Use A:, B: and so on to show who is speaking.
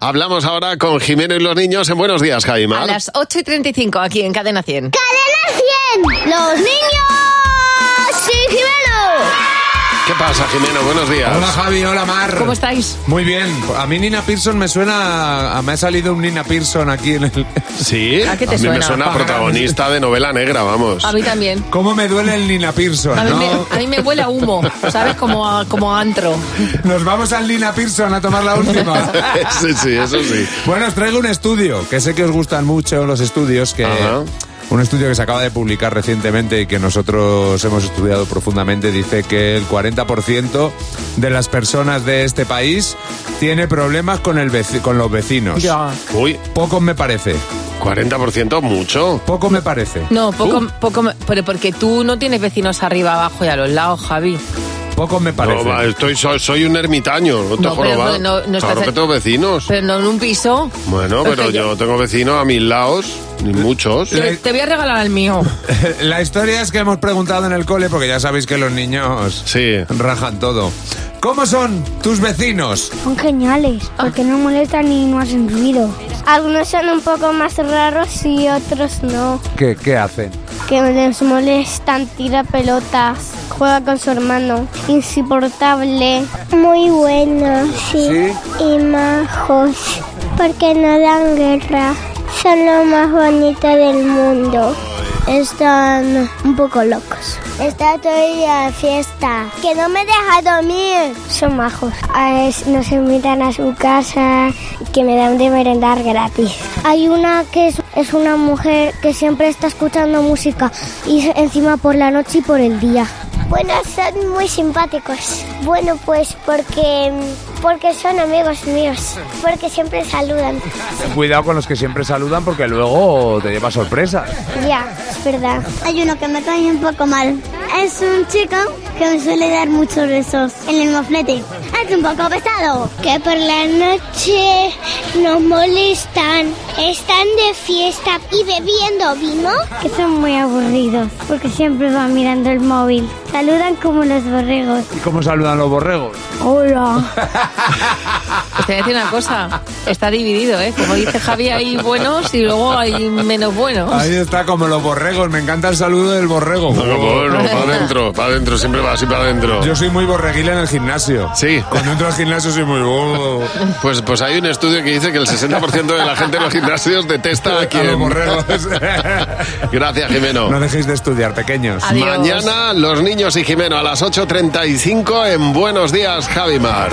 A: Hablamos ahora con Jimeno y los niños en Buenos Días, Jaime.
B: A las 8 y 35 aquí en Cadena 100.
C: ¡Cadena 100! ¡Los niños! ¡Sí,
A: ¿Qué pasa, Jimeno? Buenos días.
D: Hola Javi, hola Mar.
B: Pues, ¿Cómo estáis?
D: Muy bien. A mí Nina Pearson me suena. a- me ha salido un Nina Pearson aquí en el.
A: Sí,
B: ¿A qué te
A: mí me
B: suena?
A: suena a protagonista de novela negra, vamos.
B: A mí también.
D: ¿Cómo me duele el Nina Pearson?
B: A mí,
D: ¿no?
B: me, a mí me huele a humo, ¿sabes? Como a, como a antro.
D: Nos vamos al Nina Pearson a tomar la última.
A: sí, sí, eso sí.
D: Bueno, os traigo un estudio, que sé que os gustan mucho los estudios, que
A: Ajá.
D: un estudio que se acaba de publicar recientemente y que nosotros hemos estudiado profundamente dice que el 40% de las personas de este país tiene problemas con, el veci- con los vecinos.
B: Ya.
A: Uy,
D: Poco me parece,
A: 40% mucho.
D: poco me parece,
B: No, poco, poco, me- pero porque tú no tienes vecinos arriba, abajo y a los lados, Javi.
D: poco me
A: No,
D: parece.
A: va, estoy, soy, soy un ermitaño, no te
B: No,
A: juro,
B: pero
A: va.
B: no- no
A: claro
B: estás-
A: que tengo vecinos.
B: Pero no en un piso.
A: Bueno,
B: Porque
A: pero yo tengo vecinos a mis lados, ni muchos.
B: Te, te voy a regalar el mío.
D: La historia es que hemos preguntado en el cole, porque ya sabéis que los niños
A: Sí.
D: rajan todo. ¿Cómo son tus vecinos?
C: Son geniales, porque no molestan ni no hacen ruido. Algunos son un poco más raros y otros no.
D: ¿Qué, qué hacen?
C: Que les molestan, tira pelotas, juega con su hermano. Insoportable. Muy buenos,
D: ¿Sí?
C: Y majos, porque no dan guerra. Son lo más bonito del mundo. Están un poco locos. Está todo el día de fiesta. Que no me deja dormir. Son majos. A veces nos invitan a su casa que me dan de merendar gratis. Hay una que es, es una mujer que siempre está escuchando música y se- encima por la noche y por el día. Bueno, son muy simpáticos. Bueno, pues porque, porque son amigos míos. Porque siempre saludan.
D: Ten cuidado con los que siempre saludan porque luego te lleva sorpresas.
C: Ya, es verdad. Hay uno que me cae un poco mal. Es un chico que me suele dar muchos besos en el moflete. Es un poco pesado. Que por la noche nos molestan. Están de fiesta y bebiendo vino. Que son muy aburridos porque siempre van mirando el móvil. Saludan como los borregos.
D: ¿Y cómo saludan los borregos?
C: Hola.
B: Pues te voy a decir una cosa. Está dividido, ¿eh? Como dice Javi, hay buenos y luego hay menos buenos.
D: Ahí está, como los borregos. Me encanta el saludo del borrego.
A: Bueno, bueno, pues, para adentro, para adentro, siempre va así para adentro.
D: Yo soy muy borreguil en el gimnasio.
A: Sí.
D: Cuando entro al gimnasio soy muy... "Oh".
A: Pues, pues hay un estudio que dice que el 60% de la gente en los gimnasios detesta a
D: A los
A: quien...
D: borregos.
A: Gracias, Jimeno.
D: No dejéis de estudiar, pequeños.
B: Adiós.
A: Mañana los niños y Jimeno a las 8.35 en Buenos Días, Javimar.